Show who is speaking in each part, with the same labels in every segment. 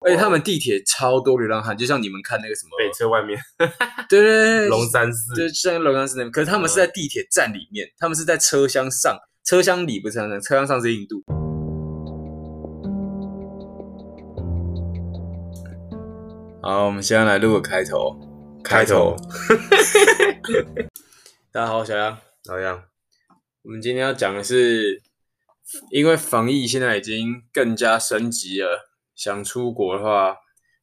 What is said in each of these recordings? Speaker 1: 而且他们地铁超多流浪汉，就像你们看那个什么，
Speaker 2: 北车外面
Speaker 1: 对对对
Speaker 2: 龙
Speaker 1: 对，
Speaker 2: 山寺
Speaker 1: 就像流浪是那边，可是他们是在地铁站里面，他们是在车厢上，车厢里不是车厢上，车厢上是印度。好，我们现在来录个开头，
Speaker 2: 开头，
Speaker 1: 大家好，我小杨，
Speaker 2: 老样？
Speaker 1: 我们今天要讲的是，因为防疫现在已经更加升级了，想出国的话，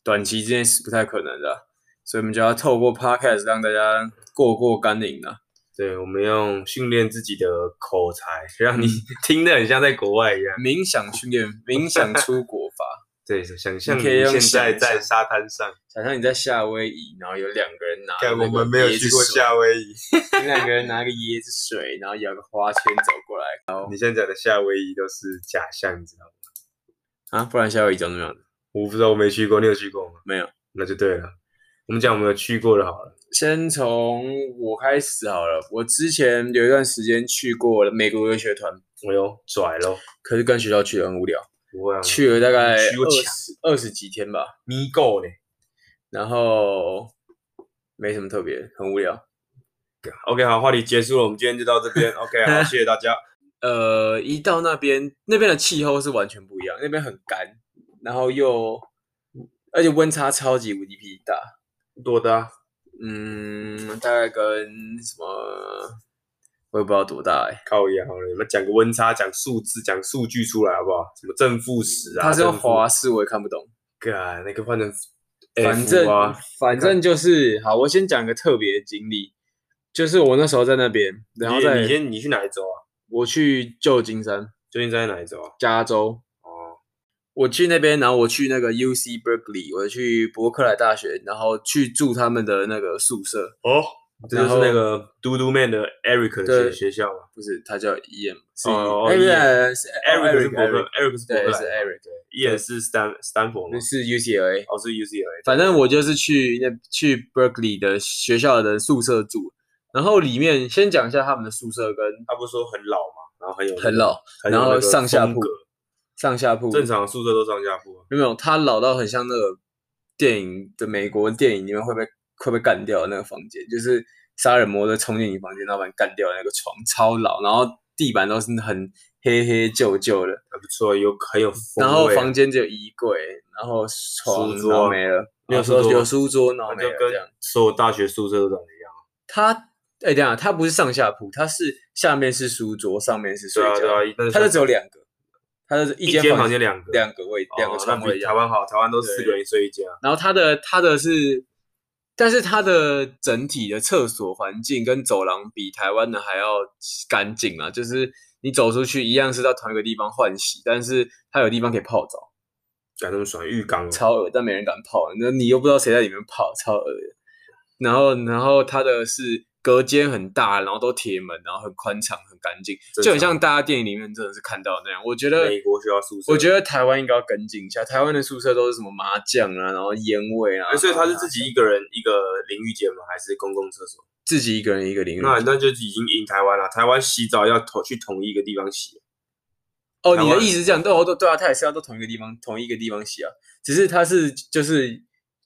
Speaker 1: 短期之内是不太可能的，所以我们就要透过 podcast 让大家过过干瘾啊了。
Speaker 2: 对，我们用训练自己的口才，让
Speaker 1: 嗯
Speaker 2: 你 听得很像在国外一样。
Speaker 1: 冥想训练，冥想出国法，
Speaker 2: 对，想象
Speaker 1: 你
Speaker 2: 你
Speaker 1: 可以用
Speaker 2: 现
Speaker 1: 想
Speaker 2: 在
Speaker 1: 象
Speaker 2: 在沙滩上，
Speaker 1: 想象你在夏威夷，然后有两个人拿着
Speaker 2: 看
Speaker 1: 那
Speaker 2: 我
Speaker 1: 个
Speaker 2: 们没有
Speaker 1: 椰子
Speaker 2: 去过
Speaker 1: 水，
Speaker 2: 夏威夷，
Speaker 1: 你两个人拿个椰子水，然后摇个花圈走过来
Speaker 2: 你现在讲的夏威夷都是假象，你知道吗？
Speaker 1: 啊，不然夏威夷长什么样子？
Speaker 2: 我不知道，我没去过，你有去过吗？
Speaker 1: 没有。
Speaker 2: 那就对了。我们讲我们有去过的好了，
Speaker 1: 先从我开始好了。我之前有一段时间去过美国留学团，
Speaker 2: 我有哎拽咯，
Speaker 1: 可是跟学校去的很无聊，
Speaker 2: 不会啊，
Speaker 1: 嗯去了大概
Speaker 2: 去过
Speaker 1: 二
Speaker 2: 几
Speaker 1: 十二十几天吧，
Speaker 2: 咪够嘞。
Speaker 1: 然后没什么特别，很无聊。
Speaker 2: OK，好，话题结束了，我们今天就到这 边。OK，好，谢谢大家。
Speaker 1: 呃，一到那边，那边的气候是完全不一样，那边很干，然后又而且温差超级无敌霹雳大，
Speaker 2: 多的啊，
Speaker 1: 嗯，大概跟什么我也不知道多大哎、
Speaker 2: 靠也好了，你们讲个温差，讲数字，讲数据出来好不好？什么正负十啊？
Speaker 1: 它是用
Speaker 2: 正负
Speaker 1: 华，氏我也看不懂。
Speaker 2: 干那个换成 F 啊，
Speaker 1: 反正、反正就是好，我先讲个特别的经历，就是我那时候在那边，然后
Speaker 2: 你
Speaker 1: 在
Speaker 2: 你先你去哪一州啊？
Speaker 1: 我去旧金山，
Speaker 2: 最近在哪一州啊？
Speaker 1: 加州，
Speaker 2: 哦，
Speaker 1: 我去那边，然后我去那个 U C Berkeley，我去伯克莱大学，然后去住他们的那个宿舍，
Speaker 2: 哦，这就
Speaker 1: 然后
Speaker 2: 是那个嘟嘟 man 的 Eric
Speaker 1: 对哦
Speaker 2: 的学学校嘛。
Speaker 1: 不是，他叫 E M，是
Speaker 2: 哦哦
Speaker 1: Ian，
Speaker 2: Ian
Speaker 1: 是
Speaker 2: Eric 是
Speaker 1: Eric，
Speaker 2: 伯克，Eric 是伯
Speaker 1: 对，
Speaker 2: 克
Speaker 1: 是
Speaker 2: 莱，
Speaker 1: Eric，
Speaker 2: Ian 是丹丹佛嘛
Speaker 1: 那？是 U C L A，
Speaker 2: 哦，是 UCLA。
Speaker 1: 反正我就是去那去 Berkeley 的学校的宿舍住，然后里面先讲一下他们的宿舍跟
Speaker 2: 他不是说很老嘛，然后很有那个
Speaker 1: 很老，
Speaker 2: 很有
Speaker 1: 然后
Speaker 2: 那个
Speaker 1: 上下
Speaker 2: 风
Speaker 1: 铺
Speaker 2: 格
Speaker 1: 上下铺
Speaker 2: 正常的宿舍都上下铺啊。
Speaker 1: 没有没有，他老到很像那个电影的美国电影里面会被会被干掉的那个房间，就是杀人魔在冲进你房间，然后把你干掉的那个床，超老，然后地板都是很黑黑旧旧的，
Speaker 2: 还不错，有很有风味啊。
Speaker 1: 然后房间只有衣柜，然后床
Speaker 2: 书桌
Speaker 1: 然后没了，
Speaker 2: 没有
Speaker 1: 然后
Speaker 2: 书桌
Speaker 1: 啊有书桌，然后没
Speaker 2: 那就
Speaker 1: 了这样
Speaker 2: 跟。所有大学宿舍都长得一样。
Speaker 1: 他哎、等一下，他不是上下铺，他是下面是书桌，上面是睡
Speaker 2: 对啊
Speaker 1: 觉，
Speaker 2: 对啊但是
Speaker 1: 他就只有两个，他就是
Speaker 2: 一
Speaker 1: 间
Speaker 2: 间
Speaker 1: 房
Speaker 2: 房间两个
Speaker 1: 两个位两个
Speaker 2: 哦
Speaker 1: 床啊
Speaker 2: 那
Speaker 1: 位
Speaker 2: 比
Speaker 1: 这样
Speaker 2: 台湾好，台湾都
Speaker 1: 对
Speaker 2: 四个人睡一间啊。
Speaker 1: 然后它的它的是，但是它的整体的厕所环境跟走廊比台湾的还要干净啊，就是你走出去一样是到同一个地方换洗，但是它有地方可以泡澡，
Speaker 2: 感那么爽，浴缸哦
Speaker 1: 超恶，但没人敢泡，那你又不知道谁在里面泡，超恶的。然后然后它的是隔间很大，然后都铁门，然后很宽敞，很干净，
Speaker 2: 正
Speaker 1: 就很
Speaker 2: 常
Speaker 1: 像大家电影里面真的是看到的那样。我觉得
Speaker 2: 美国学校宿舍，
Speaker 1: 我觉得台湾应该要跟进一下，台湾的宿舍都是什么麻将啊，然后烟味啊，
Speaker 2: 哎，所以他是
Speaker 1: 然后
Speaker 2: 自己一个人一个淋浴间吗？还是公共厕所？
Speaker 1: 自己一个人一个淋浴。
Speaker 2: 那那就已经赢台湾了。台湾洗澡要同去同一个地方洗，啊
Speaker 1: 哦，
Speaker 2: 台
Speaker 1: 你的
Speaker 2: 湾
Speaker 1: 意思是这样？对，哦，对，对啊，他也是要到同一个地方，同一个地方洗啊，只是他是就是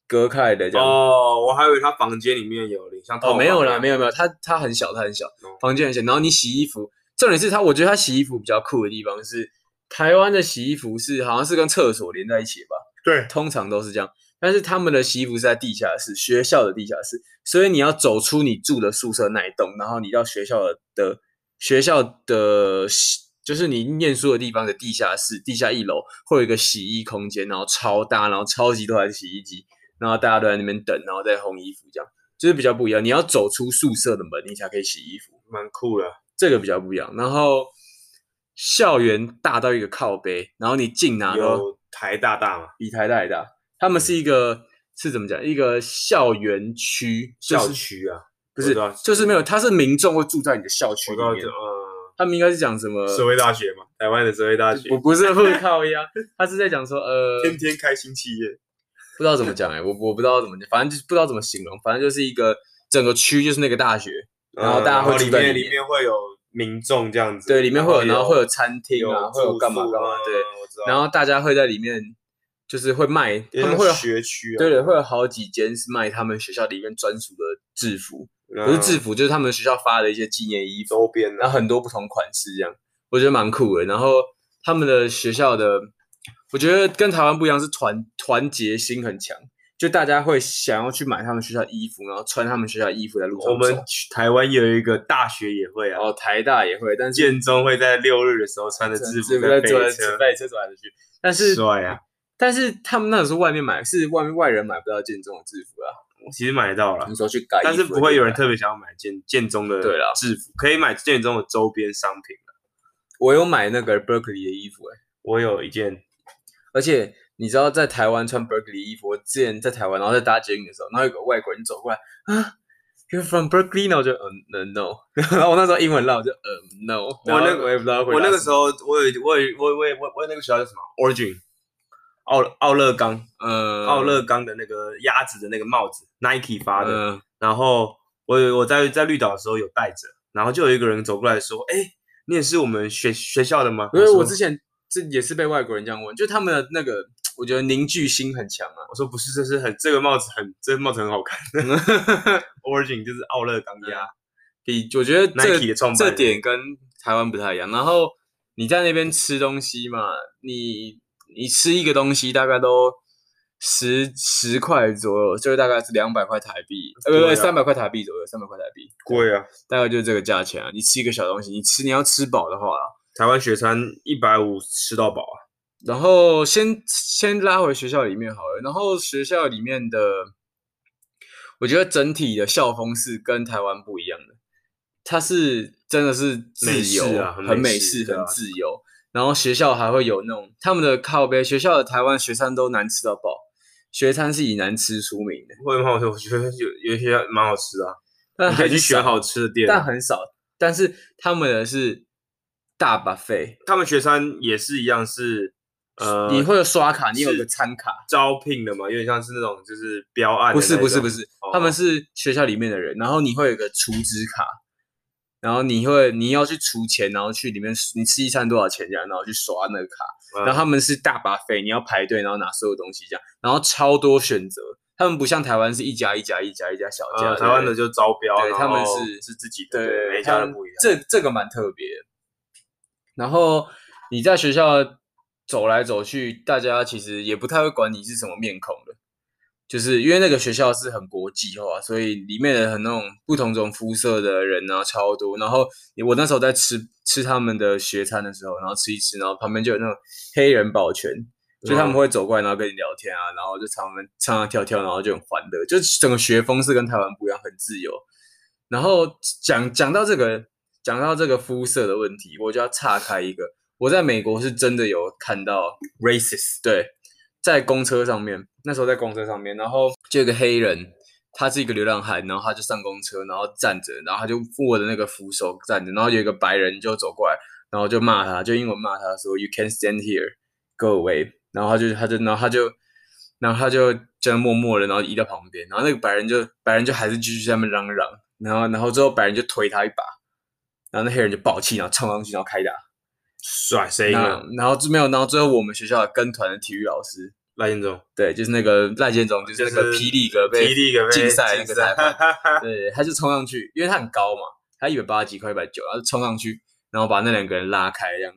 Speaker 1: 隔开的这样。
Speaker 2: 哦，我还以为他房间里面有淋，像
Speaker 1: 哦，没有啦，没
Speaker 2: 有。
Speaker 1: 有没有，他他很小，他很小
Speaker 2: 哦，
Speaker 1: 房间很小。然后你洗衣服，重点是他，我觉得他洗衣服比较酷的地方是，台湾的洗衣服是好像是跟厕所连在一起的吧？
Speaker 2: 对，
Speaker 1: 通常都是这样。但是他们的洗衣服是在地下室，学校的地下室，所以你要走出你住的宿舍那一栋，然后你到学校的的学校的洗，就是你念书的地方的地下室，地下一楼会有一个洗衣空间，然后超大，然后超级多台洗衣机，然后大家都在那边等，然后再烘衣服，这样就是比较不一样。你要走出宿舍的门，你才可以洗衣服。
Speaker 2: 蛮酷的。
Speaker 1: 这个比较不一样。然后校园大到一个靠背，然后你进哪都
Speaker 2: 有台大大嘛，
Speaker 1: 比台大还大。他
Speaker 2: 嗯
Speaker 1: 们是一个是怎么讲？一个校园区，就
Speaker 2: 校
Speaker 1: 是
Speaker 2: 区啊，
Speaker 1: 不
Speaker 2: 我
Speaker 1: 是
Speaker 2: 知道
Speaker 1: 就是没有，他是民众会住在你的校区
Speaker 2: 我
Speaker 1: 里
Speaker 2: 到
Speaker 1: 面。
Speaker 2: 呃
Speaker 1: 他们应该是讲什么？
Speaker 2: 社会大学嘛，台湾的社会大学，
Speaker 1: 我不是会靠呀，他是在讲说呃，
Speaker 2: 天天开新企业。
Speaker 1: 不知道怎么讲哎、我我不知道怎么讲，反正就是不知道怎么形容，反正就是一个整个区就是那个大学，然后
Speaker 2: 嗯
Speaker 1: 大家会
Speaker 2: 然后
Speaker 1: 住
Speaker 2: 里
Speaker 1: 在
Speaker 2: 面
Speaker 1: 里面
Speaker 2: 面会有民众这样子，
Speaker 1: 对，里面会有，然后会有
Speaker 2: 有
Speaker 1: 餐厅啊，会有
Speaker 2: 住
Speaker 1: 干嘛
Speaker 2: 宿
Speaker 1: 干嘛，
Speaker 2: 啊
Speaker 1: 对，，
Speaker 2: 我知道
Speaker 1: 然后大家会在里面就是会卖，
Speaker 2: 有
Speaker 1: 他
Speaker 2: 点
Speaker 1: 们会有
Speaker 2: 像学区啊，
Speaker 1: 对对，会有好几间是卖他们学校里面专属的制服，
Speaker 2: 那
Speaker 1: 不是制服，就是他们学校发的一些纪念衣服，
Speaker 2: 嗯周边
Speaker 1: 然
Speaker 2: 啊，
Speaker 1: 后很多不同款式这样，我觉得蛮酷的。然后他们的学校的，我觉得跟台湾不一样，是团团结心很强，就大家会想要去买他们学校衣服，然后穿他们学校衣服在路上
Speaker 2: 我们
Speaker 1: 走
Speaker 2: 去台湾也有一个大学也会
Speaker 1: 然
Speaker 2: 啊，
Speaker 1: 后台大也会，但是
Speaker 2: 建中会在六日的时候穿着制服
Speaker 1: 在
Speaker 2: 在飞
Speaker 1: 坐
Speaker 2: 车，
Speaker 1: 在车走来走去，但是
Speaker 2: 帅啊！
Speaker 1: 但是他们那时候外面买是外面外人买不到建中的制服啊，
Speaker 2: 我其实买得到了
Speaker 1: 你，说去改，
Speaker 2: 但是不会有人。特别想要买建建中的
Speaker 1: 对啦
Speaker 2: 制服，可以买建中的周边商品啦
Speaker 1: 我有买那个 Berkeley 的衣服哎、
Speaker 2: 我有一件，
Speaker 1: 而且你知道在台湾穿 Berkeley 衣服，我之前在台湾，然后在搭捷运的时候，然后有个外国人走过来啊。You're from Berkeley，然后我就嗯嗯 no，然 后我那时候英文烂，我就嗯 no，我
Speaker 2: 那个
Speaker 1: 我也不知道回答
Speaker 2: 我那个时
Speaker 1: 什么
Speaker 2: 候我有我有我有我有我有我有那个学校叫什么啊 Origin，奥奥勒冈
Speaker 1: 呃
Speaker 2: 奥勒冈的那个鸭子的那个帽子 Nike 发的，
Speaker 1: 呃
Speaker 2: 然后我有我在在绿岛的时候有带着，然后就有一个人走过来说：“哎、你也是我们学学校的吗？”
Speaker 1: 因为
Speaker 2: 说
Speaker 1: 我之前这也是被外国人这样问，就他们的那个我觉得凝聚心很强啊，
Speaker 2: 我说不是，这是很这个帽子很这个帽子很好看 ，Origin 就是奥勒冈鸭，
Speaker 1: 比我觉得嗯这
Speaker 2: Nike 的创办
Speaker 1: 这
Speaker 2: 人
Speaker 1: 点跟台湾不太一样。然后你在那边吃东西嘛，你你吃一个东西大概都十十块左右，就是大概是两百块台币，呃，不
Speaker 2: 对
Speaker 1: 对，
Speaker 2: 啊
Speaker 1: 三百块台币左右，三百块台币，
Speaker 2: 贵啊！
Speaker 1: 大概就是这个价钱啊。你吃一个小东西，你吃你要吃饱的话啊，
Speaker 2: 台湾学餐一百五吃到饱啊！
Speaker 1: 然后先先拉回学校里面好了，然后学校里面的，我觉得整体的校风是跟台湾不一样的，它是真的是
Speaker 2: 美
Speaker 1: 自
Speaker 2: 式
Speaker 1: 由，
Speaker 2: 啊很
Speaker 1: 很
Speaker 2: 美
Speaker 1: 美
Speaker 2: 式
Speaker 1: 式，
Speaker 2: 对
Speaker 1: 很
Speaker 2: 啊
Speaker 1: 自由。然后学校还会有那种他们的靠背，学校的台湾学餐都难吃到爆，学餐是以难吃出名的，
Speaker 2: 会吗？我觉得我觉得有有一些蛮好吃啊，
Speaker 1: 但
Speaker 2: 你可以
Speaker 1: 很
Speaker 2: 去选
Speaker 1: 少
Speaker 2: 好吃的店。
Speaker 1: 但很少。但是他们的是大 buffet，、
Speaker 2: 他们学餐也是一样是呃，
Speaker 1: 你会有刷卡，你有
Speaker 2: 是
Speaker 1: 个餐卡，
Speaker 2: 招聘的嘛？有点像是那种就是标案的
Speaker 1: 不是
Speaker 2: 那
Speaker 1: 不是
Speaker 2: 种
Speaker 1: 不是，
Speaker 2: 哦
Speaker 1: 他们是学校里面的人，然后你会有一个储值卡，然后你会你要去储钱，然后去里面你吃一餐多少钱这样，然后去刷那个卡。
Speaker 2: 嗯
Speaker 1: 然后他们是大把费，你要排队，然后拿所有东西这样，然后超多选择。他们不像台湾是一家一家一家一家小家，
Speaker 2: 呃台湾的
Speaker 1: 就
Speaker 2: 就招标，
Speaker 1: 对
Speaker 2: 然
Speaker 1: 他们
Speaker 2: 后
Speaker 1: 是
Speaker 2: 是自己的，
Speaker 1: 对，
Speaker 2: 每一
Speaker 1: 他
Speaker 2: 家都
Speaker 1: 们
Speaker 2: 不一样。
Speaker 1: 这这个蛮特别的。然后你在学校走来走去，大家其实也不太会管你是什么面孔的，就是因为那个学校是很国际化，所以里面的很那种不同种肤色的人啊超多。然后我那时候在吃吃他们的学餐的时候，然后吃一吃，然后旁边就有那种黑人保全。就他们会走过来，然后跟你聊天啊，然后就常常唱唱跳跳，然后就很欢乐，就是整个学风是跟台湾不一样，很自由。然后讲讲到这个，讲到这个肤色的问题，我就要岔开一个。我在美国是真的有看到 racist，对，在公车上面，那时候在公车上面，然后就有个黑人，他是一个流浪汉，然后他就上公车，然后站着，然后他就握着那个扶手站着，然后有一个白人就走过来，然后就骂他，就英文骂他说 “You can't stand here, go away”，然后他就他就然后他就然后他就这样默默的，然后移到旁边，然后那个白人就白人就还是继续在那边嚷嚷，然后然后之后白人就推他一把，然后那黑人就暴气，然后冲上去，然后开打，
Speaker 2: 甩谁赢
Speaker 1: 然
Speaker 2: 了
Speaker 1: 后？然后就没有，然后最后我们学校的跟团的体育老师，
Speaker 2: 赖建中，
Speaker 1: 对，就是那个赖建中，就是那个霹雳哥被
Speaker 2: 霹雳哥被
Speaker 1: 竞赛那个裁 判，
Speaker 2: 判，
Speaker 1: 对，他就冲上去，因为他很高嘛，他一百八几，快一百九，然后冲上去，然后把那两个人拉开，这样，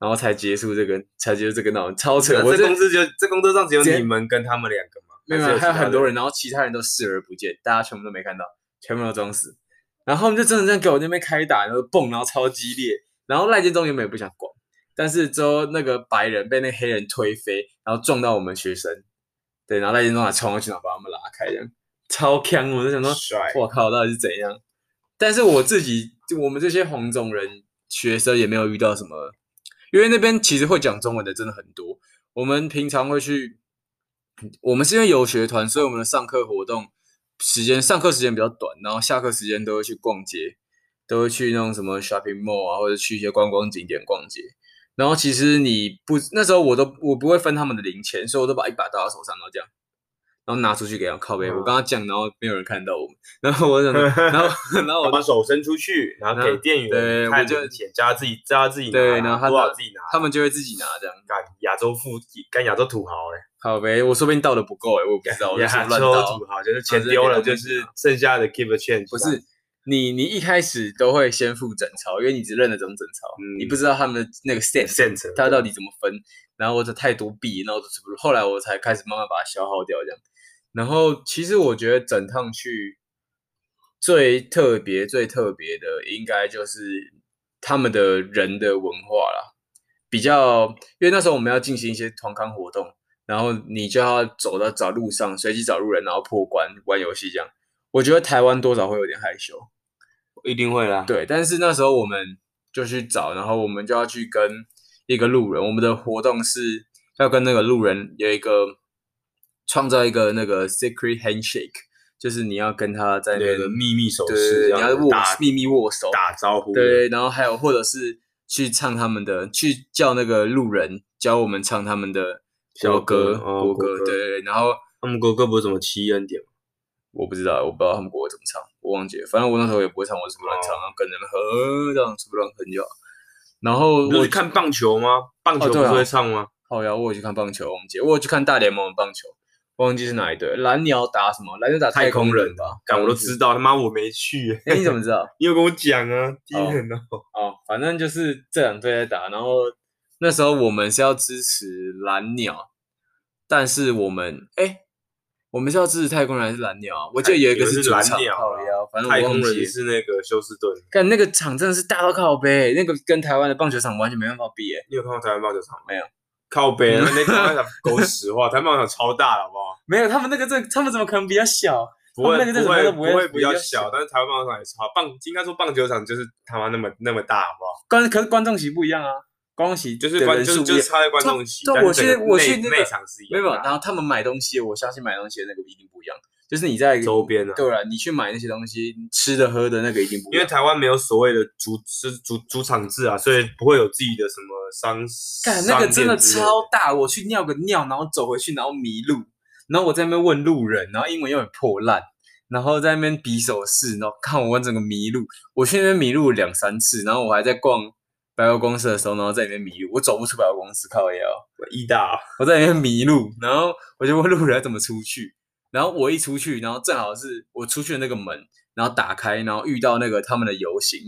Speaker 1: 然后才结束这个，才结束这个闹，超扯！我
Speaker 2: 这
Speaker 1: 这
Speaker 2: 公司就这工作上只有
Speaker 1: 直接
Speaker 2: 你们跟他们两个吗？
Speaker 1: 没有没有，
Speaker 2: 还是
Speaker 1: 还有很多
Speaker 2: 人。
Speaker 1: 人，然后其他人都视而不见，大家全部都没看到，全部都装死。然后他们就真的这样给我那边开打，然后蹦，然后超激烈。然后赖建中原本也不想管，但是之后那个白人被那黑人推飞，然后撞到我们学生，对，然后赖建中还冲上去，然后把他们拉开，这样超强。我就想说，
Speaker 2: 帅，
Speaker 1: 我靠，到底是怎样？但是我自己，就我们这些红种人学生也没有遇到什么，因为那边其实会讲中文的真的很多。我们平常会去，我们是因为游学团，所以我们的上课活动时间，上课时间比较短，然后下课时间都会去逛街，都会去那种什么 shopping mall 啊，或者去一些观光景点逛街。然后其实你不那时候我都我不会分他们的零钱，所以我都把一把带到手上，然后这样然后拿出去给他靠背，我
Speaker 2: 嗯
Speaker 1: 刚刚讲，然后没有人看到我们，然后我想说， 然后然后我
Speaker 2: 把手伸出去，然后
Speaker 1: 然
Speaker 2: 给
Speaker 1: 后
Speaker 2: 店
Speaker 1: 嗯对
Speaker 2: 员看
Speaker 1: 我就
Speaker 2: 零钱，叫他自己叫他自己拿，
Speaker 1: 对然后他
Speaker 2: 多少
Speaker 1: 拿
Speaker 2: 自己拿，
Speaker 1: 他们就会自己拿这样
Speaker 2: 干亚洲富干亚洲土豪哎、
Speaker 1: 靠背，我说不定倒的不够哎、我也不知道，我就
Speaker 2: 亚
Speaker 1: 乱
Speaker 2: 洲
Speaker 1: 倒
Speaker 2: 土。豪就是
Speaker 1: 然
Speaker 2: 钱
Speaker 1: 后就
Speaker 2: 丢
Speaker 1: 给他
Speaker 2: 了，
Speaker 1: 们
Speaker 2: 就是
Speaker 1: 拿
Speaker 2: 剩下的 keep a change，
Speaker 1: 不
Speaker 2: 这样
Speaker 1: 是你，你一开始都会先付整钞，因为你只认得整整钞，
Speaker 2: 嗯
Speaker 1: 你不知道他们的那个 sense，
Speaker 2: sense，
Speaker 1: 它到底怎么分。然后我这太多币，然后我就后来我才开始慢慢把它消耗掉这样。然后其实我觉得整趟去最特别、最特别的，应该就是他们的人的文化啦。比较，因为那时候我们要进行一些团康活动，然后你就要走到找路上，随机找路人，然后破关玩游戏这样。我觉得台湾多少会有点害羞，
Speaker 2: 一定会啦。
Speaker 1: 对，但是那时候我们就去找，然后我们就要去跟一个路人，我们的活动是要跟那个路人有一个创造一个那个 secret handshake，就是你要跟他在那
Speaker 2: 那
Speaker 1: 个
Speaker 2: 个秘密手
Speaker 1: 对
Speaker 2: 势，
Speaker 1: 对，你要握
Speaker 2: 打
Speaker 1: 秘密握手，
Speaker 2: 打招呼，
Speaker 1: 对，然后还有或者是去唱他们的，去叫那个路人教我们唱他们的
Speaker 2: 小
Speaker 1: 国
Speaker 2: 歌
Speaker 1: 歌，
Speaker 2: 哦
Speaker 1: 国
Speaker 2: 国歌
Speaker 1: 歌，对对，对然后。
Speaker 2: 他们国歌不是什么七恩点吗？
Speaker 1: 我不知道，我不知道他们国歌怎么唱，我忘记了。反正我那时候也不会唱，我是不乱唱，
Speaker 2: 哦
Speaker 1: 然后跟人们哼，这样随便乱哼就好。然后
Speaker 2: 你
Speaker 1: 我
Speaker 2: 是看棒球吗？棒球
Speaker 1: 哦
Speaker 2: 不
Speaker 1: 对
Speaker 2: 是
Speaker 1: 啊
Speaker 2: 会唱吗？
Speaker 1: 好呀，我有去看棒球，忘记了我有去看大联盟的棒球，忘记是哪一队，蓝鸟打什么？蓝鸟打
Speaker 2: 太空
Speaker 1: 空
Speaker 2: 人
Speaker 1: 吧？
Speaker 2: 干我都
Speaker 1: 好像是
Speaker 2: 知。道，他妈我没去，
Speaker 1: 哎、你怎么知道？
Speaker 2: 你有跟我讲啊？第一
Speaker 1: 哦
Speaker 2: 人 哦，
Speaker 1: 哦，反正就是这两队在打，然后那时候我们是要支持蓝鸟，但是我们哎、我们是要支持太空人还是蓝鸟啊？我记得有一个
Speaker 2: 有一个是
Speaker 1: 主
Speaker 2: 蓝
Speaker 1: 场，
Speaker 2: 鸟啊
Speaker 1: 靠腰反正
Speaker 2: 太
Speaker 1: 我
Speaker 2: 空
Speaker 1: 忘
Speaker 2: 人
Speaker 1: 记了。
Speaker 2: 是那个休斯顿，
Speaker 1: 干那个场真的是大到靠背、那个跟台湾的棒球场完全没办法比诶、
Speaker 2: 你有看过台湾棒球场吗？
Speaker 1: 没有。
Speaker 2: 靠北，那台湾棒球场狗屎话， 台湾棒球场超大的，好不好？
Speaker 1: 没有，他们那个这他们怎么可能比较小？
Speaker 2: 不会
Speaker 1: 他们那个
Speaker 2: 不
Speaker 1: 真的
Speaker 2: 会
Speaker 1: 都
Speaker 2: 不
Speaker 1: 不会
Speaker 2: 会
Speaker 1: 不
Speaker 2: 比
Speaker 1: 会
Speaker 2: 较
Speaker 1: 比较
Speaker 2: 小
Speaker 1: 小，
Speaker 2: 但是台湾棒球场也超棒，应该说棒球场就是他妈那么那么大，好不好？
Speaker 1: 观可是观众席不一样啊，观众席
Speaker 2: 就是
Speaker 1: 的
Speaker 2: 观
Speaker 1: 人
Speaker 2: 就是
Speaker 1: 数
Speaker 2: 就是
Speaker 1: 不一样啊
Speaker 2: 差在观众席，
Speaker 1: 对
Speaker 2: 但是
Speaker 1: 我去
Speaker 2: 整个
Speaker 1: 我
Speaker 2: 内
Speaker 1: 去那个
Speaker 2: 内场是一
Speaker 1: 没有没
Speaker 2: 样
Speaker 1: 有，
Speaker 2: 的啊
Speaker 1: 然后他们买东西，我相信买东西的那个一定不一样，就是你在
Speaker 2: 周边啊
Speaker 1: 对了，你去买那些东西，你吃的喝的那个一定不一
Speaker 2: 因为
Speaker 1: 样。
Speaker 2: 台湾没有所谓的主就是主主场制啊，所以不会有自己的什么商
Speaker 1: 干那个真的
Speaker 2: 商店之类
Speaker 1: 超大，我去尿个尿，然后走回去，然后迷路，然后我在那边问路人，然后英文又很破烂，然后在那边比手势，然后看我整个迷路，我去那边迷路了两三次，然后我还在逛百货公司的时候，然后在里面迷路，我走不出百货公司靠腰，
Speaker 2: 意大
Speaker 1: 我在里面迷路，然后我就问路人要怎么出去，然后我一出去，然后正好是我出去的那个门，然后打开，然后遇到那个他们的游行，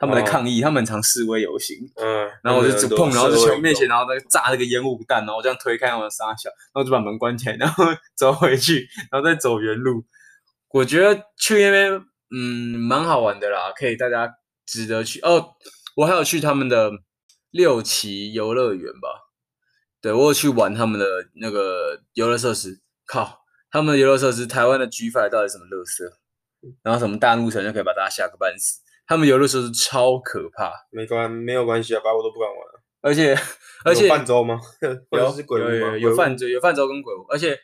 Speaker 1: 他们的
Speaker 2: 哦
Speaker 1: 抗议，他们很常示威游行。
Speaker 2: 嗯，
Speaker 1: 然后我就只碰，然后就
Speaker 2: 社会
Speaker 1: 全面前，
Speaker 2: 运
Speaker 1: 然后再炸那个烟雾弹，然后我这样推开，然后杀小，然后就把门关起来，然后 走回去，然后再走原路。我觉得去那边，嗯，蛮好玩的啦，可以大家值得去哦。我还有去他们的六旗游乐园吧，对我有去玩他们的那个游乐设施。靠，他们的游乐设施，台湾的 G Five 到底什么乐色？然后什么大怒神就可以把大家吓个半死，他们游乐设施超可怕。
Speaker 2: 动没关没有关系啊，把我都不敢玩了。
Speaker 1: 而且而且
Speaker 2: 有泛舟吗？ 或者
Speaker 1: 有
Speaker 2: 是鬼屋
Speaker 1: 有
Speaker 2: 吗
Speaker 1: 有有
Speaker 2: 鬼屋
Speaker 1: 泛舟有泛舟跟鬼屋，而且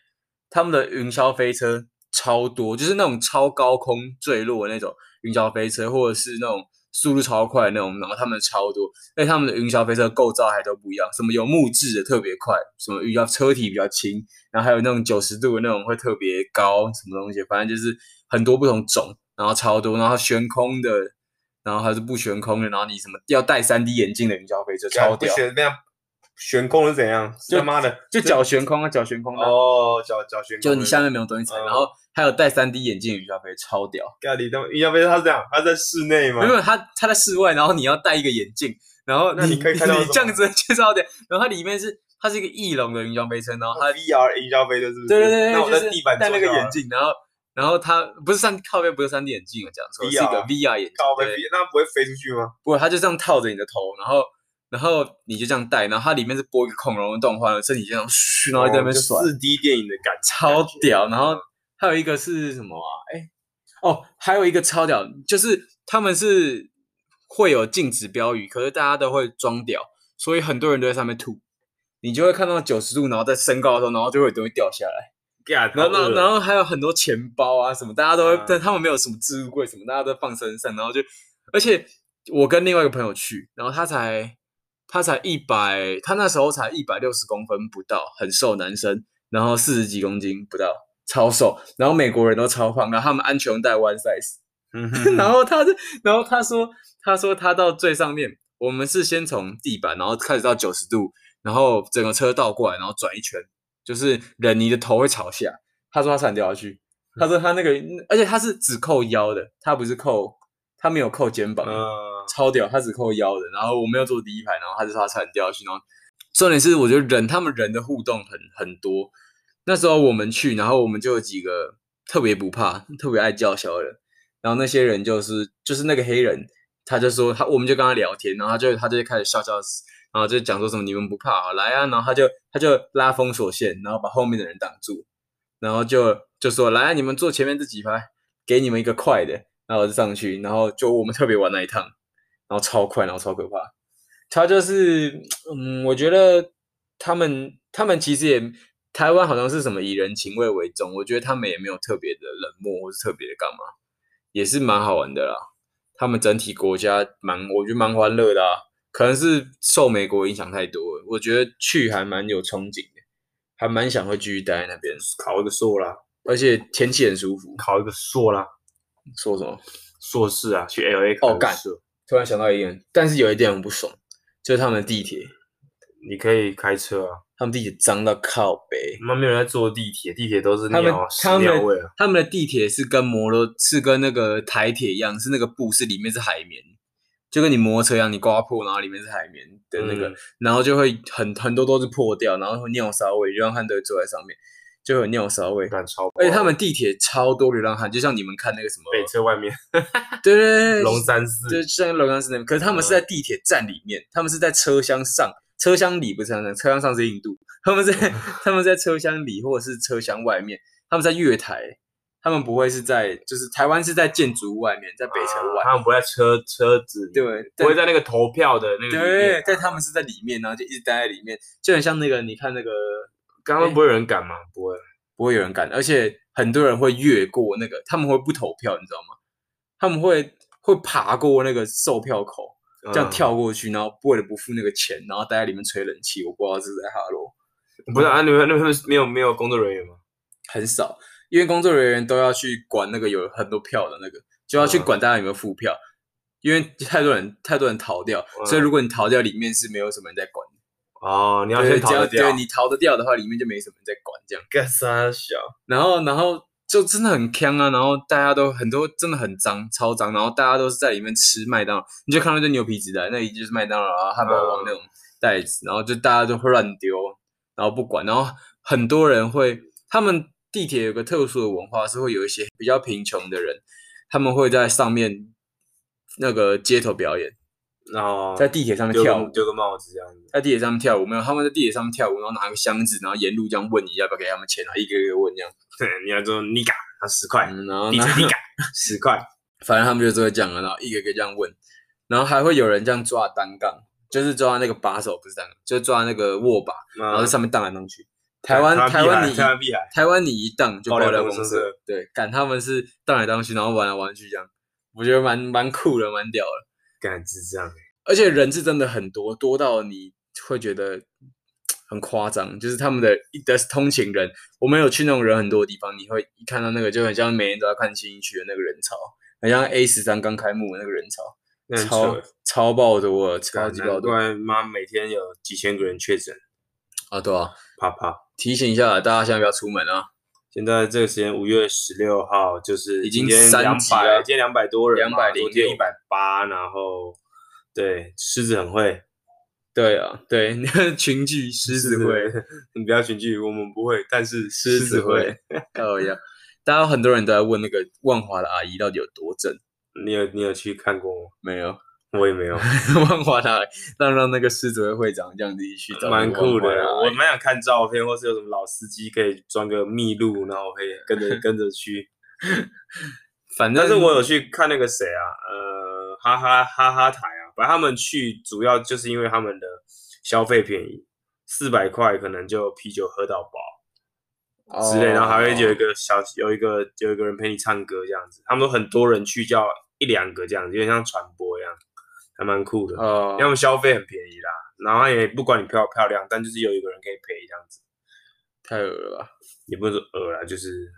Speaker 1: 他们的云霄飞车超多，就是那种超高空坠落的那种云霄飞车，或者是那种速度超快的那种，然后他们超多，而且他们的云霄飞车构造还都不一样，什么有木质的特别快，什么比较车体比较轻，然后还有那种九十度的那种会特别高，什么东西，反正就是很多不同种，然后超多，然后悬空的。然后还是不悬空的，然后你什么要戴三 D 眼镜的云霄飞车
Speaker 2: 干
Speaker 1: 超
Speaker 2: 不
Speaker 1: 屌，
Speaker 2: 悬那样悬空是怎样？
Speaker 1: 就
Speaker 2: 他妈的，
Speaker 1: 就
Speaker 2: 这
Speaker 1: 脚悬空啊，脚悬空的啊
Speaker 2: 哦，脚脚悬空，
Speaker 1: 就你下面没有东西踩，然后还有戴三 D 眼镜的云霄飞，超屌。
Speaker 2: 咖喱他们，要不然他是这样，他在室内吗
Speaker 1: 没？有，他他在室外，然后你要戴一个眼镜，然后
Speaker 2: 那你
Speaker 1: 你
Speaker 2: 可以看到什么
Speaker 1: 这样子就是好点。然后它里面是它是一个翼龙的云霄飞车，然
Speaker 2: 哦
Speaker 1: 后它
Speaker 2: VR 营销飞的是不是？
Speaker 1: 对对对
Speaker 2: 那我
Speaker 1: 对，
Speaker 2: 在
Speaker 1: 就
Speaker 2: 地
Speaker 1: 是
Speaker 2: 板啊
Speaker 1: 戴
Speaker 2: 坐
Speaker 1: 那个
Speaker 2: 就好
Speaker 1: 眼
Speaker 2: 了，
Speaker 1: 镜，然后然后它不是三靠背不是三 D 眼镜，我啊讲错，是一
Speaker 2: VR
Speaker 1: 个 VR 眼镜，
Speaker 2: 靠背
Speaker 1: 对，
Speaker 2: 那不会飞出去吗？
Speaker 1: 不过它就这样套着你的头，然后。然后你就这样戴，然后它里面是播一个恐龙的动画，身体就这样嘘，然后在那边甩，
Speaker 2: 哦四 D 电影的感觉，
Speaker 1: 超
Speaker 2: 感觉
Speaker 1: 屌。然后还有一个是什么啊？哎，哦，还有一个超屌，就是他们是会有禁止标语，可是大家都会装屌，所以很多人都在上面吐。你就会看到九十度，然后在升高的时候，然后就会有东西掉下来，
Speaker 2: 干
Speaker 1: 然后然
Speaker 2: 好
Speaker 1: 后
Speaker 2: 饿
Speaker 1: 然后还有很多钱包啊什么，大家都会
Speaker 2: 啊，
Speaker 1: 但他们没有什么置物柜什么，大家都放身上，然后就，而且我跟另外一个朋友去，然后他才他才一百，他那时候才一百六十公分不到，很瘦男生，然后四十几公斤不到，超瘦，然后美国人都超胖，然后他们安全带 one size，、
Speaker 2: 嗯
Speaker 1: 然后他是，然后他说，他说他到最上面，我们是先从地板，然后开始到九十度，然后整个车倒过来，然后转一圈，就是人你的头会朝下，他说他差点掉下去，他说他那个，而且他是只扣腰的，他不是扣，他没有扣肩膀，
Speaker 2: 呃，
Speaker 1: 超屌，他只扣腰的，然后我没有坐第一排，然后他就说他差点掉下去，然后重点是我觉得人他们人的互动很很多，那时候我们去，然后我们就有几个特别不怕、特别爱叫嚣的人，然后那些人就是就是那个黑人，他就说他我们就跟他聊天，然后他就他就开始笑笑，然后就讲说什么你们不怕啊，来啊，然后他就他就拉封锁线，然后把后面的人挡住，然后就就说来、啊，你们坐前面这几排，给你们一个快的，然后我就上去，然后就我们特别玩那一趟，然后超快，然后超可怕。他就是，嗯，我觉得他们他们其实也，台湾好像是什么以人情味为重，我觉得他们也没有特别的冷漠或是特别的干嘛，也是蛮好玩的啦。他们整体国家蛮，我觉得蛮欢乐的啊。可能是受美国影响太多了，我觉得去还蛮有憧憬的，还蛮想会继续待在那边，
Speaker 2: 考一个硕啦，
Speaker 1: 而且天气很舒服。
Speaker 2: 考一个硕啦，
Speaker 1: 说什么？
Speaker 2: 硕士啊，去 L A
Speaker 1: 哦
Speaker 2: 考一个
Speaker 1: 干
Speaker 2: 硕，
Speaker 1: 突然想到一点，但是有一点我不爽，就是他们的地铁，
Speaker 2: 你可以开车啊，
Speaker 1: 他们地铁脏到靠北。
Speaker 2: 妈没有人在坐地铁，地铁都是
Speaker 1: 他们
Speaker 2: 尿啊屎
Speaker 1: 他
Speaker 2: 尿味
Speaker 1: 们
Speaker 2: 啊，
Speaker 1: 他们的地铁是跟摩托是跟那个台铁一样，是那个布是里面是海绵，就跟你摩托车一样，你刮破然后里面是海绵的那个，
Speaker 2: 嗯
Speaker 1: 然后就会很很多都是破掉，然后会尿骚味，流浪汉都会坐在上面，就会有尿骚味。
Speaker 2: 干超
Speaker 1: 而且他们地铁超多流浪汉，就像你们看那个什么，
Speaker 2: 北车外面
Speaker 1: 对对对，
Speaker 2: 龙山寺
Speaker 1: 就像龙岗寺那边，可是他们是
Speaker 2: 嗯
Speaker 1: 在地铁站里面，他们是在车厢上，车厢里不是车厢上，车厢上是印度，他们在
Speaker 2: 嗯
Speaker 1: 他们在车厢里或者是车厢外面，他们在月台，他们不会是在就是台湾是在建筑物外面，在北车
Speaker 2: 啊
Speaker 1: 外，
Speaker 2: 他们不在车车子里，
Speaker 1: 对
Speaker 2: 不会在那个投票的那个里面
Speaker 1: 对，但他们是在里面，然后就一直待在里面，就很像那个你看那个
Speaker 2: 刚刚不会有人敢吗？不会，
Speaker 1: 不会有人敢，而且很多人会越过那个，他们会不投票，你知道吗？他们会会爬过那个售票口。 这样
Speaker 2: 嗯
Speaker 1: 跳过去，然后为了不付那个钱，然后待在里面吹冷气，我不知道这是在哈喽，
Speaker 2: 不是啊？你们那边没有没有工作人员吗？
Speaker 1: 很少，因为工作人员都要去管那个有很多票的那个，就要去
Speaker 2: 嗯
Speaker 1: 管大家有没有付票，因为太多人太多人逃掉，所以
Speaker 2: 嗯
Speaker 1: 如果你逃掉，里面是没有什么人在管的，
Speaker 2: 哦，你要
Speaker 1: 对
Speaker 2: 先逃
Speaker 1: 只要
Speaker 2: 得掉
Speaker 1: 对，你逃得掉的话，里面就没什么人在管这样。
Speaker 2: 干啥小？
Speaker 1: 然后然后就真的很坑啊，然后大家都很多真的很脏，超脏，然后大家都是在里面吃麦当劳，你就看到这牛皮纸袋，那里就是麦当劳啊、汉堡
Speaker 2: 嗯
Speaker 1: 王那种袋子，然后就大家都会乱丢，然后不管，然后很多人会，他们地铁有个特殊的文化是会有一些比较贫穷的人，他们会在上面那个街头表演，
Speaker 2: 然后
Speaker 1: 在地铁上面
Speaker 2: 哦丢
Speaker 1: 跳舞
Speaker 2: 个。丢个帽子这样子。
Speaker 1: 在地铁上面跳舞没有？他们在地铁上面跳舞，然后拿个箱子，然后沿路这样问你要不要给他们钱，然后一个一个问这样。
Speaker 2: 对，你要说你敢，他十块，
Speaker 1: 嗯，然后
Speaker 2: 地
Speaker 1: 拿
Speaker 2: 铁哎你敢，哦 十 块。
Speaker 1: 反正他们就只会这样了，然后一个一个这样问，然后还会有人这样抓单杠，就是抓那个把手，不是单杠，就是抓那个握把，然后在
Speaker 2: 嗯
Speaker 1: 上面荡来荡去。台湾台湾你一
Speaker 2: 台湾屁孩，
Speaker 1: 台湾你一荡就
Speaker 2: 爆
Speaker 1: 爆
Speaker 2: 料
Speaker 1: 料
Speaker 2: 公
Speaker 1: 公
Speaker 2: 司
Speaker 1: 社，对，赶他们是荡来荡去，然后玩来玩去这样，我觉得蛮蛮酷的，蛮屌的。
Speaker 2: 敢智障。
Speaker 1: 而且人是真的很多，多到你会觉得很夸张，就是他们的一的通勤人，我们有去那种人很多的地方，你会一看到那个就很像每年都要看新一区的那个人潮，很像 A 十三刚开幕的那个人潮，
Speaker 2: 那很
Speaker 1: 超
Speaker 2: 扯
Speaker 1: 超爆多了，超
Speaker 2: 干
Speaker 1: 级爆
Speaker 2: 难
Speaker 1: 多
Speaker 2: 怪妈每天有几千个人确诊，
Speaker 1: 啊！对啊，
Speaker 2: 啪啪。
Speaker 1: 提醒一下大家，现在不要出门啊，
Speaker 2: 现在这个时间，五月十六号，就是
Speaker 1: 已经
Speaker 2: 两
Speaker 1: 三级了
Speaker 2: 百，今天两百多人嘛，
Speaker 1: 206
Speaker 2: 昨天一百八，然后对，狮子很会，
Speaker 1: 对啊，对， 群聚狮子会，，
Speaker 2: 你不要群聚，我们不会，但是
Speaker 1: 狮子会，，哎呀，大家很多人都在问那个万华的阿姨到底有多正，
Speaker 2: 你有你有去看过吗？
Speaker 1: 没有。
Speaker 2: 我也没 有，
Speaker 1: 万华的，让让那个狮子会会长这样子一去找
Speaker 2: 蛮
Speaker 1: 那个万
Speaker 2: 酷
Speaker 1: 华
Speaker 2: 的。
Speaker 1: 阿
Speaker 2: 我
Speaker 1: 姨
Speaker 2: 蛮想看照片，或是有什么老司机可以装个密录，然后我可以跟 着跟着去。
Speaker 1: 反正
Speaker 2: 但是我有去看那个谁啊，呃，哈哈哈哈台啊，反正他们去主要就是因为他们的消费便宜，四百块可能就啤酒喝到饱之类，然后还会有一
Speaker 1: 哦
Speaker 2: 个小有一个有一个人陪你唱歌这样子，他们都很多人去叫一两个这样子，有点像传播一样，还蛮酷的。
Speaker 1: 哦
Speaker 2: 要么消费很便宜啦，然后也不管你漂不漂亮，但就是有一个人可以陪这样子。
Speaker 1: 太恶了吧？
Speaker 2: 也不能说呃啦，就是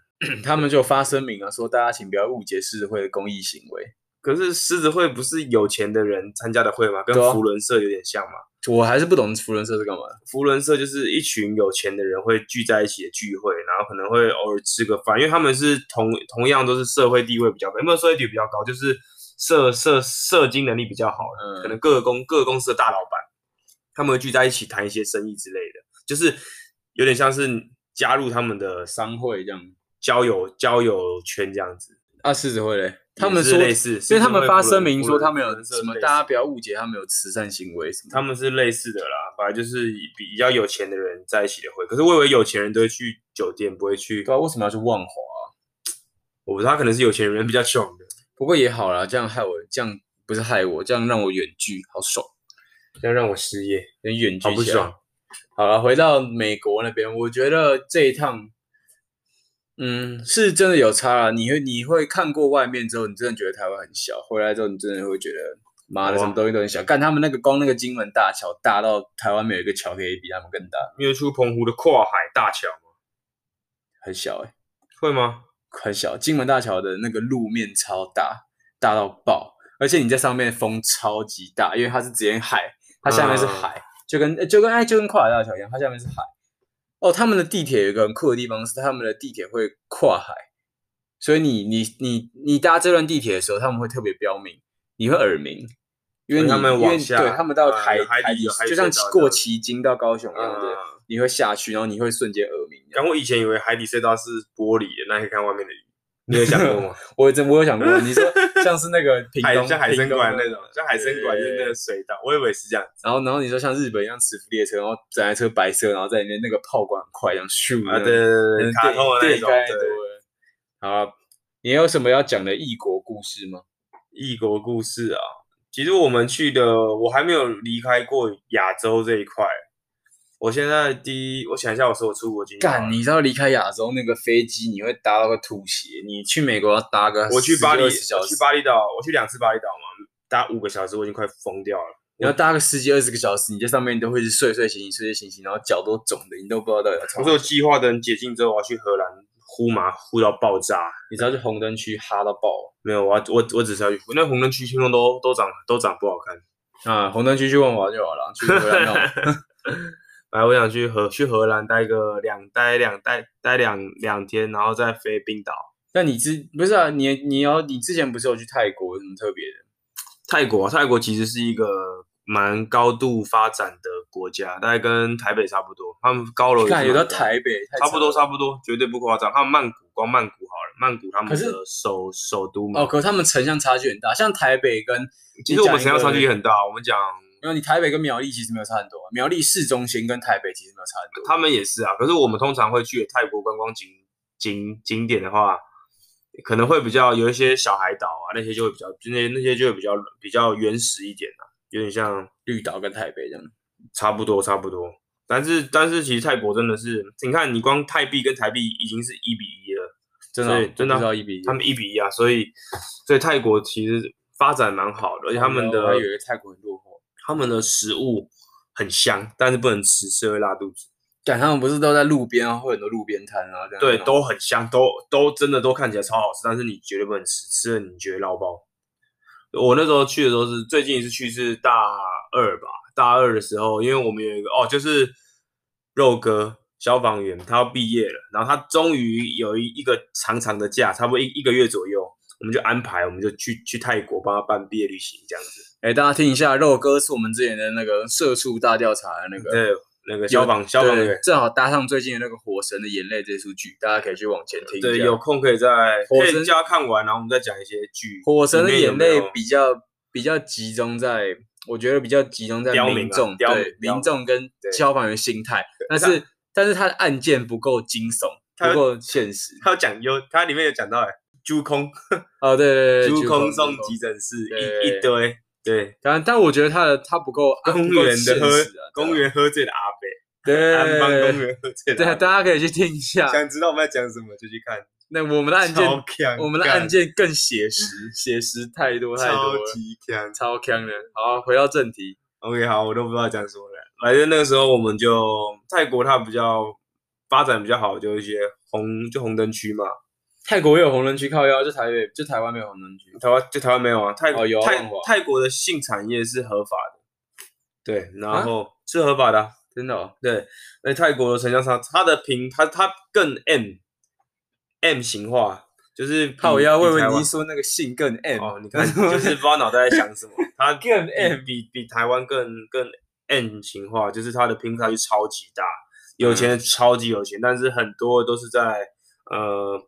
Speaker 1: 他们就发声明啊，说大家请不要误解狮子会的公益行为。
Speaker 2: 可是狮子会不是有钱的人参加的会吗？跟
Speaker 1: 对啊
Speaker 2: 福伦社有点像嘛。
Speaker 1: 我还是不懂福伦社是干嘛的。
Speaker 2: 福伦社就是一群有钱的人会聚在一起的聚会，然后可能会偶尔吃个饭，因为他们是同同样都是社会地位比较高，有没有社会地位比较高，就是社社社经能力比较好的，
Speaker 1: 嗯
Speaker 2: 可能各个公各个公司的大老板，他们会聚在一起谈一些生意之类的，就是有点像是加入他们的
Speaker 1: 商会这样
Speaker 2: 交友交友圈这样子。
Speaker 1: 啊，狮子会嘞，他们
Speaker 2: 也
Speaker 1: 说
Speaker 2: 是，类似，
Speaker 1: 因为他们发
Speaker 2: 是
Speaker 1: 声明
Speaker 2: 福伦
Speaker 1: 说他们
Speaker 2: 福
Speaker 1: 有
Speaker 2: 伦社
Speaker 1: 什么，
Speaker 2: 类似
Speaker 1: 大家不要误解他们有慈善行为什么的。
Speaker 2: 他们是类似的啦，反正就是比较有钱的人在一起的会。可是我以为有钱人都会去酒店，不会去
Speaker 1: 对。啊，为什么要去万华啊？
Speaker 2: 我不知道，他可能是有钱人比较穷的，
Speaker 1: 不过也好啦，这样害我，这样不是害我，这样让我远距，好爽，
Speaker 2: 这样让我失业，
Speaker 1: 能远距
Speaker 2: 好不
Speaker 1: 起来
Speaker 2: 爽。。
Speaker 1: 好了，回到美国那边，我觉得这一趟，嗯，是真的有差啦。你会你会看过外面之后，你真的觉得台湾很小，回来之后你真的会觉得，妈的，
Speaker 2: 哇
Speaker 1: 什么东西都很小。干他们那个光那个金门大桥大到台湾没有一个桥可以比他们更大，
Speaker 2: 你有去过澎湖的跨海大桥吗？
Speaker 1: 很小哎、
Speaker 2: 会吗？
Speaker 1: 很小。金门大桥的那个路面超大，大到爆，而且你在上面风超级大，因为它是直接海，它下面是
Speaker 2: 嗯
Speaker 1: 海，就跟呃就跟哎就跟跨海大桥一样，它下面是海。哦，他们的地铁有一个很酷的地方是，他们的地铁会跨海，所以你你你你搭这段地铁的时候，他们会特别标明，你会耳鸣，因为
Speaker 2: 因为
Speaker 1: 你
Speaker 2: 他们
Speaker 1: 因为
Speaker 2: 往下
Speaker 1: 对他们到
Speaker 2: 呃
Speaker 1: 海、
Speaker 2: 有海底
Speaker 1: 底
Speaker 2: 有海，
Speaker 1: 就
Speaker 2: 水
Speaker 1: 像
Speaker 2: 道这
Speaker 1: 过
Speaker 2: 样
Speaker 1: 旗津到高雄一样的，
Speaker 2: 嗯，
Speaker 1: 你会下去，然后你会瞬间耳鸣。
Speaker 2: 然后我以前以为海底隧道是玻璃的，那可以看外面的鱼。你有想过吗？
Speaker 1: 我也真我有想过，你说像是那个屏
Speaker 2: 海
Speaker 1: 东
Speaker 2: 像海参
Speaker 1: 屏东
Speaker 2: 馆
Speaker 1: 的
Speaker 2: 那种，像海参馆就是那个隧道，我以为是这样子
Speaker 1: 然后然后你说像日本一样磁浮列车，然后整台车白色，然后在里面那个炮管很快，这样咻
Speaker 2: 啊，对对对对，卡通的那
Speaker 1: 电
Speaker 2: 种，
Speaker 1: 太多
Speaker 2: 对
Speaker 1: 了。好，你有什么要讲的异国故事吗？
Speaker 2: 异国故事啊。其实我们去的，我还没有离开过亚洲这一块。我现在第一，我想一下，我说我出国经历好了。
Speaker 1: 干，你知道离开亚洲那个飞机，你会搭到个吐血。你去美国要搭个
Speaker 2: 我去巴黎，
Speaker 1: 10
Speaker 2: 我
Speaker 1: 20小时
Speaker 2: 去，巴厘岛，我去两次巴厘岛嘛，搭五个小时，我已经快疯掉了。
Speaker 1: 你要搭个十几二十个小时，你在上面你都会是睡睡醒醒睡睡醒醒，然后脚都肿的，你都不知道到底要
Speaker 2: 我
Speaker 1: 从
Speaker 2: 说我计划等解禁之后，我要去荷兰呼麻呼到爆炸。
Speaker 1: 你知道去红灯区哈到爆。
Speaker 2: 没有，我要我我只是要去呼，那红灯区听说都都长都长不好看。
Speaker 1: 啊，红灯区去万华就好了，去回来弄。
Speaker 2: 来，我想去荷去荷兰待个两待两待待两两天，然后再飞冰岛。
Speaker 1: 那你之不是啊？你你要你之前不是有去泰国有什么特别的？
Speaker 2: 泰国，泰国其实是一个蛮高度发展的国家，大概跟台北差不多。他们高楼也是
Speaker 1: 看有到
Speaker 2: 蛮高的
Speaker 1: 台北，太
Speaker 2: 差不多
Speaker 1: 扯了
Speaker 2: 差不多，绝对不夸张。他们曼谷光曼谷好了，曼谷他们
Speaker 1: 可是
Speaker 2: 的首首都嘛。
Speaker 1: 哦，可是他们城乡差距很大，像台北跟
Speaker 2: 其实我们城
Speaker 1: 城乡
Speaker 2: 乡差距也很大，我们讲
Speaker 1: 没有，你台北跟苗栗其实没有差很多，啊苗栗市中心跟台北其实没有差很多。
Speaker 2: 他们也是啊。可是我们通常会去的泰国观光景景景点的话，可能会比较有一些小海岛啊，那些就会比较那些那些就会比较比较原始一点啊，有点像
Speaker 1: 绿岛跟台北这样，
Speaker 2: 差不多差不多。但是但是其实泰国真的是，你看你光泰币跟台币已经是一比一了。
Speaker 1: 真的啊
Speaker 2: 所以真的啊
Speaker 1: 不知道一比一。
Speaker 2: 他们一比一啊，所以所以泰国其实发展蛮好的，而且他们
Speaker 1: 我还
Speaker 2: 的
Speaker 1: 以为泰国很落后，啊
Speaker 2: 他们的食物很香，但是不能吃，吃会拉肚子。
Speaker 1: 赶他们不是都在路边啊，会有很多路边摊啊这样。
Speaker 2: 对，都很香，都都真的都看起来超好吃，但是你绝对不能吃，吃了你绝对捞爆。我那时候去的时候是最近一次去是大二吧，大二的时候，因为我们有一个哦，就是肉哥消防员，他要毕业了，然后他终于有一一个长长的假，差不多一一个月左右，我们就安排，我们就去去泰国帮他办毕业旅行这样子。
Speaker 1: 哎，大家听一下，肉哥是我们之前的那个社畜大调查的那个。
Speaker 2: 对，那个消防消防
Speaker 1: 对
Speaker 2: 员，
Speaker 1: 正好搭上最近的那个《火神的眼泪》这出剧，大家可以去往前听一下。
Speaker 2: 对，有空可以在
Speaker 1: 火
Speaker 2: 可
Speaker 1: 神
Speaker 2: 以叫他看完，然后我们再讲一些剧。
Speaker 1: 《火神的
Speaker 2: 里面有
Speaker 1: 眼
Speaker 2: 没
Speaker 1: 泪
Speaker 2: 有》
Speaker 1: 比较比较集中在，我觉得比较集中在
Speaker 2: 刁民
Speaker 1: 民
Speaker 2: 啊
Speaker 1: 众
Speaker 2: 刁
Speaker 1: 对
Speaker 2: 民
Speaker 1: 民众跟
Speaker 2: 对
Speaker 1: 消防员心态，但
Speaker 2: 他
Speaker 1: 是但是他的案件不够惊悚，
Speaker 2: 他
Speaker 1: 不够现实。
Speaker 2: 他有讲有，他里面有讲到哎、欸，猪空，
Speaker 1: 哦，对对对，
Speaker 2: 猪空
Speaker 1: 送
Speaker 2: 送急诊室
Speaker 1: 对
Speaker 2: 一一堆，对，
Speaker 1: 但但我觉得他的他不够
Speaker 2: 公
Speaker 1: 不够
Speaker 2: 园
Speaker 1: 现
Speaker 2: 的喝
Speaker 1: 实啊，
Speaker 2: 公园喝醉的阿北，
Speaker 1: 对
Speaker 2: 安邦
Speaker 1: 对
Speaker 2: 公园喝醉的
Speaker 1: 对，啊
Speaker 2: 阿伯，
Speaker 1: 大家可以去听一下。
Speaker 2: 想知道我们在讲什么就去看，
Speaker 1: 那我们的案件，
Speaker 2: 超强，
Speaker 1: 我们的
Speaker 2: 干
Speaker 1: 案件更写实，写实太多太多
Speaker 2: 超
Speaker 1: 了。
Speaker 2: 级强。
Speaker 1: 超强的。好，回到正题，
Speaker 2: OK，好，我都不知道讲什么了。反正那个时候我们就泰国，它比较发展比较好，就一些红就红灯区嘛。
Speaker 1: 泰国也有红灯区靠腰，就台北就台湾没有红灯区。
Speaker 2: 台湾就台湾没有啊，泰、
Speaker 1: 哦有啊
Speaker 2: 泰
Speaker 1: 万华
Speaker 2: 泰国的性产业是合法的，对，然后、是合法的啊、
Speaker 1: 真的、哦，
Speaker 2: 对，那泰国的城乡差，它的平它它更 M M 型化，就是比
Speaker 1: 靠腰，
Speaker 2: 比
Speaker 1: 我以为
Speaker 2: 台
Speaker 1: 你
Speaker 2: 湾
Speaker 1: 一说那个性更 M，、
Speaker 2: 哦，你看就是不知道脑袋在想 什么，它
Speaker 1: 更
Speaker 2: 比
Speaker 1: M
Speaker 2: 比比台湾更更 M 型化，就是它的贫富差距超级大，有
Speaker 1: 嗯
Speaker 2: 钱的超级有钱，但是很多都是在呃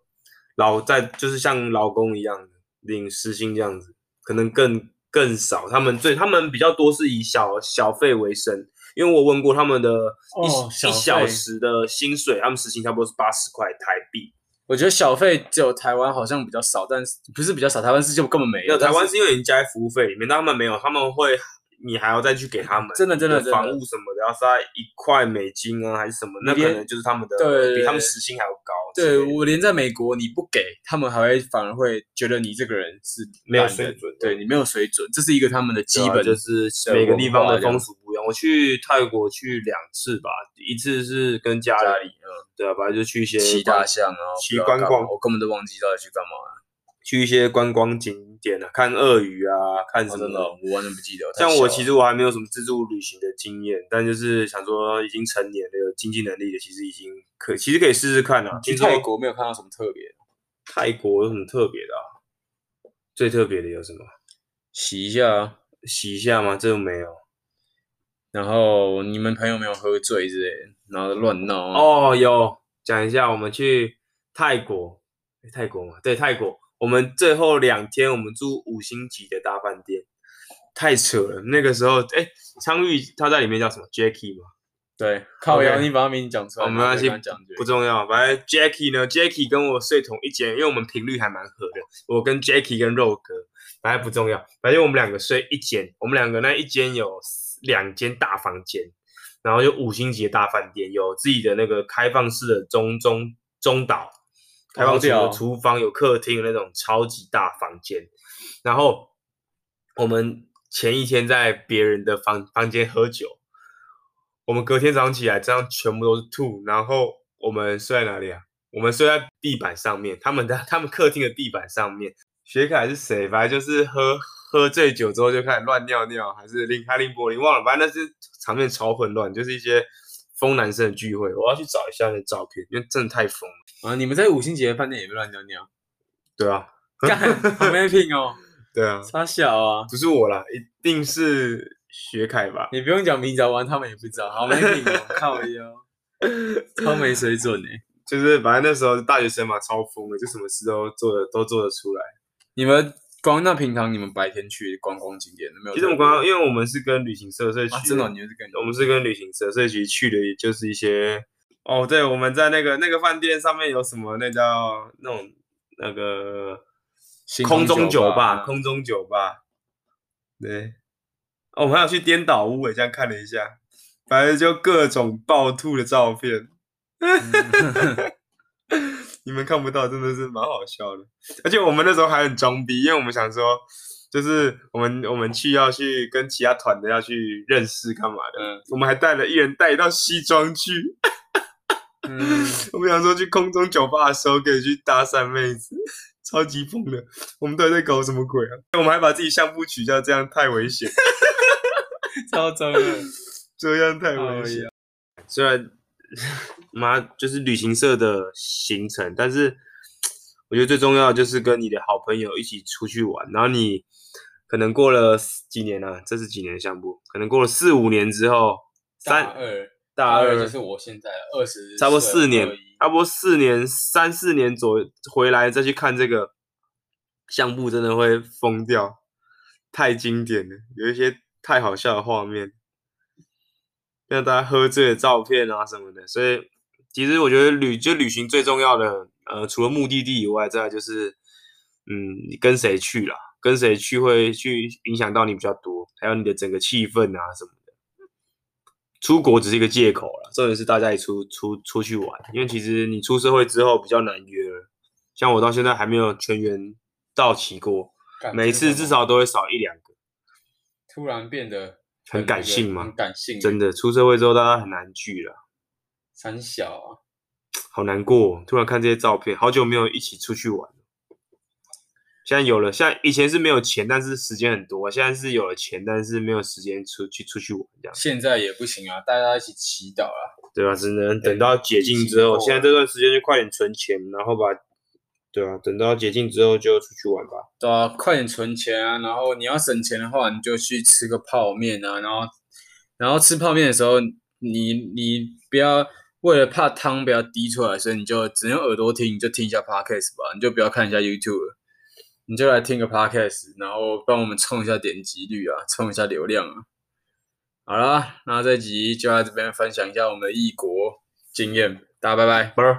Speaker 2: 老在就是像劳工一样领时薪这样子，可能更更少，他们最他们比较多是以小小费为生。因为我问过他们的一、
Speaker 1: 哦小
Speaker 2: 一小
Speaker 1: 费
Speaker 2: 时的薪水，他们时薪差不多是八十块台币，
Speaker 1: 我觉得小费只有台湾好像比较少，但是不是比较少，台湾是就根本没
Speaker 2: 没有，
Speaker 1: 有。
Speaker 2: 台湾
Speaker 1: 但
Speaker 2: 是因为你加在服务费里面，但他们没有，他们会你还要再去给他们
Speaker 1: 真的真的
Speaker 2: 你
Speaker 1: 真的
Speaker 2: 房屋什么的，要塞一块美金啊还是什么，那
Speaker 1: 你
Speaker 2: 可
Speaker 1: 连
Speaker 2: 能就是他们的
Speaker 1: 对
Speaker 2: 比他们时薪还要高之类
Speaker 1: 对
Speaker 2: 的。啊
Speaker 1: 我连在美国你不给他们，还会反而会觉得你这个人是
Speaker 2: 没有
Speaker 1: 烂人
Speaker 2: 水准
Speaker 1: 对你没有水准，这是一个他们的基
Speaker 2: 对啊
Speaker 1: 本
Speaker 2: 就是
Speaker 1: 的
Speaker 2: 每个地方
Speaker 1: 文化
Speaker 2: 的
Speaker 1: 这样
Speaker 2: 风俗不一样。我去泰国去两次吧，一次是跟家
Speaker 1: 家
Speaker 2: 里，
Speaker 1: 里，嗯，
Speaker 2: 对啊，反正就去一些
Speaker 1: 骑
Speaker 2: 观
Speaker 1: 大象啊，
Speaker 2: 骑
Speaker 1: 不知道干嘛
Speaker 2: 观光
Speaker 1: 我根本都忘记到底去干嘛了。
Speaker 2: 去一些观光景点啊，看鳄鱼啊，看什
Speaker 1: 哦
Speaker 2: 么
Speaker 1: 真的哦，我完全不记得。太
Speaker 2: 像
Speaker 1: 小
Speaker 2: 我
Speaker 1: 了
Speaker 2: 其实我还没有什么自助旅行的经验，但就是想说已经成年了，有经济能力的，其实已经可其实可以试试看啊。
Speaker 1: 去
Speaker 2: 听
Speaker 1: 嗯
Speaker 2: 说
Speaker 1: 泰国没有看到什么特别的，
Speaker 2: 泰国有什么特别的啊？最特别的有什么？
Speaker 1: 洗一下啊，
Speaker 2: 洗一下吗？这个没有。
Speaker 1: 然后你们朋友没有喝醉之类的，然后乱闹啊。
Speaker 2: 哦，有讲一下，我们去泰国，诶泰国嘛，对泰国，我们最后两天我们住五星级的大饭店，太扯了。那个时候，哎，昌钰他在里面叫什么 Jacky 吗？
Speaker 1: 对，靠
Speaker 2: OK
Speaker 1: 摇，你把他名字讲出来，
Speaker 2: 哦，没
Speaker 1: 然后
Speaker 2: 关系
Speaker 1: 跟他讲就，
Speaker 2: 不重要。反正 Jacky 呢，Jacky 跟我睡同一间，因为我们频率还蛮合的。我跟 Jacky 跟肉哥，反正不重要。反正我们两个睡一间，我们两个那一间有两间大房间，然后就五星级的大饭店，有自己的那个开放式的中中中岛，开放式
Speaker 1: 屌
Speaker 2: 的
Speaker 1: 哦
Speaker 2: 厨房，有客厅那种超级大房间。然后我们前一天在别人的房房间喝酒，我们隔天早上起来，这样全部都是吐。然后我们睡在哪里啊？我们睡在地板上面，他们的他们客厅的地板上面。学凯是谁？反正就是喝喝醉酒之后就开始乱尿尿，还是林开林柏林忘了，反正那是场面超混乱，就是一些疯男生的聚会。我要去找一下那照片，因为真的太疯了。
Speaker 1: 啊！你们在五星级的饭店也被乱尿 尿，
Speaker 2: 对啊，
Speaker 1: 干好没品哦，
Speaker 2: 对啊，
Speaker 1: 差小啊！
Speaker 2: 不是我啦，一定是学凯吧？
Speaker 1: 你不用讲明早玩，他们也不知道，好没品 哦，靠腰，超没水准哎！
Speaker 2: 就是反正那时候大学生嘛，超疯的，就什么事都做的都做得出来。
Speaker 1: 你们光那平常你们白天去观光景点没有特别？
Speaker 2: 其实我们刚刚因为我们是跟旅行社，所以其
Speaker 1: 啊，
Speaker 2: 实
Speaker 1: 真的哦，你就是跟
Speaker 2: 我们是跟旅行社，所以其实去的也就是一些哦，对，我们在那个那个饭店上面有什么那叫那种那个
Speaker 1: 星
Speaker 2: 空
Speaker 1: 空
Speaker 2: 中
Speaker 1: 酒
Speaker 2: 酒吧，
Speaker 1: 吧
Speaker 2: 空中酒吧，对，哦，我们还有去颠倒屋，欸我这样看了一下，反正就各种暴吐的照片，你们看不到，真的是蛮好笑的。而且我们那时候还很装逼，因为我们想说，就是我们我们去要去跟其他团的要去认识干嘛 的，
Speaker 1: 嗯
Speaker 2: 我们还带了一人带一套西装去。
Speaker 1: 嗯，
Speaker 2: 我们想说去空中酒吧的时候可以去搭讪妹子，超级疯的。我们到底在搞什么鬼啊？我们还把自己相夫取孝，这样太危险，
Speaker 1: 超糟的。
Speaker 2: 这样太
Speaker 1: 哎
Speaker 2: 危险
Speaker 1: 呀。
Speaker 2: 虽然妈就是旅行社的行程，但是我觉得最重要的就是跟你的好朋友一起出去玩，然后你可能过了几年啊，这是几年的项目，可能过了四五年之后，三
Speaker 1: 大二，
Speaker 2: 大
Speaker 1: 二
Speaker 2: 二
Speaker 1: 就是我现在二十，
Speaker 2: 差不多四年
Speaker 1: 21，
Speaker 2: 差不多四年三四年左右回来再去看这个相簿，真的会疯掉，太经典了，有一些太好笑的画面，让大家喝醉的照片啊什么的。所以其实我觉得旅就旅行最重要的，呃，除了目的地以外，再来就是嗯，你跟谁去啦，跟谁去会去影响到你比较多，还有你的整个气氛啊什么的。出国只是一个借口了，重点是大家一起出出出去玩，因为其实你出社会之后比较难约了。像我到现在还没有全员到齐过，
Speaker 1: 干
Speaker 2: 每
Speaker 1: 真
Speaker 2: 次
Speaker 1: 的
Speaker 2: 至
Speaker 1: 吗
Speaker 2: 少都会少一两个，
Speaker 1: 突然变得
Speaker 2: 很感
Speaker 1: 那个
Speaker 2: 性吗
Speaker 1: 很感性，
Speaker 2: 真的出社会之后大家很难聚了。
Speaker 1: 三小啊，
Speaker 2: 好难过、哦。突然看这些照片，好久没有一起出去玩了。现在有了，现在以前是没有钱，但是时间很多；现在是有了钱，但是没有时间出去出去玩，这样
Speaker 1: 现在也不行啊，大家一起祈祷啊。
Speaker 2: 对吧、只能等到解禁之
Speaker 1: 疫情过后
Speaker 2: 后，
Speaker 1: 啊
Speaker 2: 现在这段时间就快点存钱，然后把，对啊，等到解禁之后就出去玩吧。
Speaker 1: 对啊，快点存钱啊！然后你要省钱的话，你就去吃个泡面啊，然后，然后吃泡面的时候，你你不要为了怕汤不要滴出来，所以你就只能用耳朵听，你就听一下 podcast 吧，你就不要看一下 YouTube，了你就来听个 podcast，然后帮我们冲一下点击率啊，冲一下流量啊。好啦，那这集就在这边分享一下我们的异国经验，大家拜拜。
Speaker 2: 不是。